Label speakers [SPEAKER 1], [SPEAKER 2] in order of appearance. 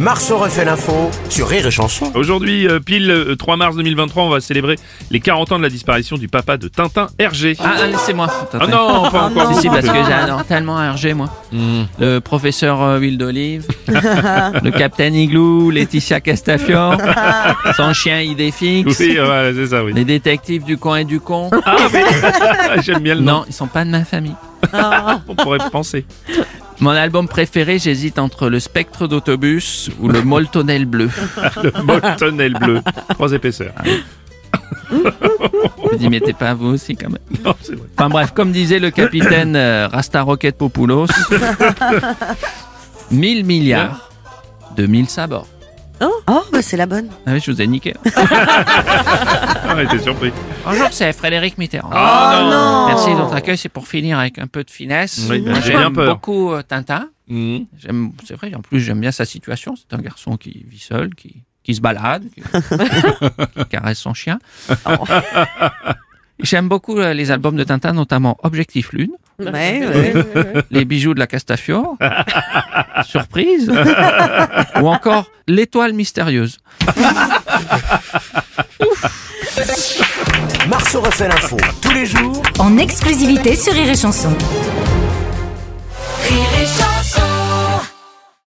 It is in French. [SPEAKER 1] Marceau refait l'info sur Rire et Chanson.
[SPEAKER 2] Aujourd'hui, euh, pile euh, 3 mars 2023, on va célébrer les 40 ans de la disparition du papa de Tintin, Hergé.
[SPEAKER 3] Ah, ah, laissez-moi. Attends,
[SPEAKER 2] Ah
[SPEAKER 3] attends.
[SPEAKER 2] non, Hmm. pas encore.
[SPEAKER 3] Si, si, parce que j'adore tellement Hergé, moi. Le professeur euh, huile d'olive, le capitaine Igloo, Laetitia Castafiore, son chien Idéfix,
[SPEAKER 2] Oui, euh, voilà, c'est ça, oui.
[SPEAKER 3] les détectives du coin et du con.
[SPEAKER 2] Ah, mais... J'aime bien le nom,
[SPEAKER 3] Non, ils sont pas de ma famille.
[SPEAKER 2] on pourrait penser.
[SPEAKER 3] Mon album préféré, j'hésite entre le spectre d'autobus ou le moltonel bleu.
[SPEAKER 2] Le Moltonel bleu, trois épaisseurs. Ah
[SPEAKER 3] Je me dis, mais t'es pas vous aussi quand même.
[SPEAKER 2] Non, c'est vrai.
[SPEAKER 3] Enfin bref, comme disait le capitaine euh, Rasta Rocket Popoulos, 1000 milliards de 1000 sabords.
[SPEAKER 4] Oh, oh bah c'est la bonne.
[SPEAKER 3] Ah oui, je vous ai niqué.
[SPEAKER 2] Ah, j'étais surpris.
[SPEAKER 3] Bonjour, c'est Frédéric Mitterrand.
[SPEAKER 2] Ah, non.
[SPEAKER 3] Merci de votre accueil. C'est pour finir avec un peu de finesse.
[SPEAKER 2] Oui, ben,
[SPEAKER 3] Moi,
[SPEAKER 2] j'ai bien
[SPEAKER 3] J'aime
[SPEAKER 2] peur.
[SPEAKER 3] beaucoup euh, Tintin.
[SPEAKER 2] Mhm.
[SPEAKER 3] J'aime, c'est vrai, en plus, j'aime bien sa situation. C'est un garçon qui vit seul, qui, qui se balade, qui, qui caresse son chien. J'aime beaucoup euh, les albums de Tintin, notamment Objectif Lune,
[SPEAKER 4] Ouais, ouais.
[SPEAKER 3] Les bijoux de la Castafiore, Surprise, ou encore L'étoile mystérieuse.
[SPEAKER 1] Marceau refait l'info tous les jours
[SPEAKER 5] en exclusivité sur Rire et Chanson. Rire et Chanson.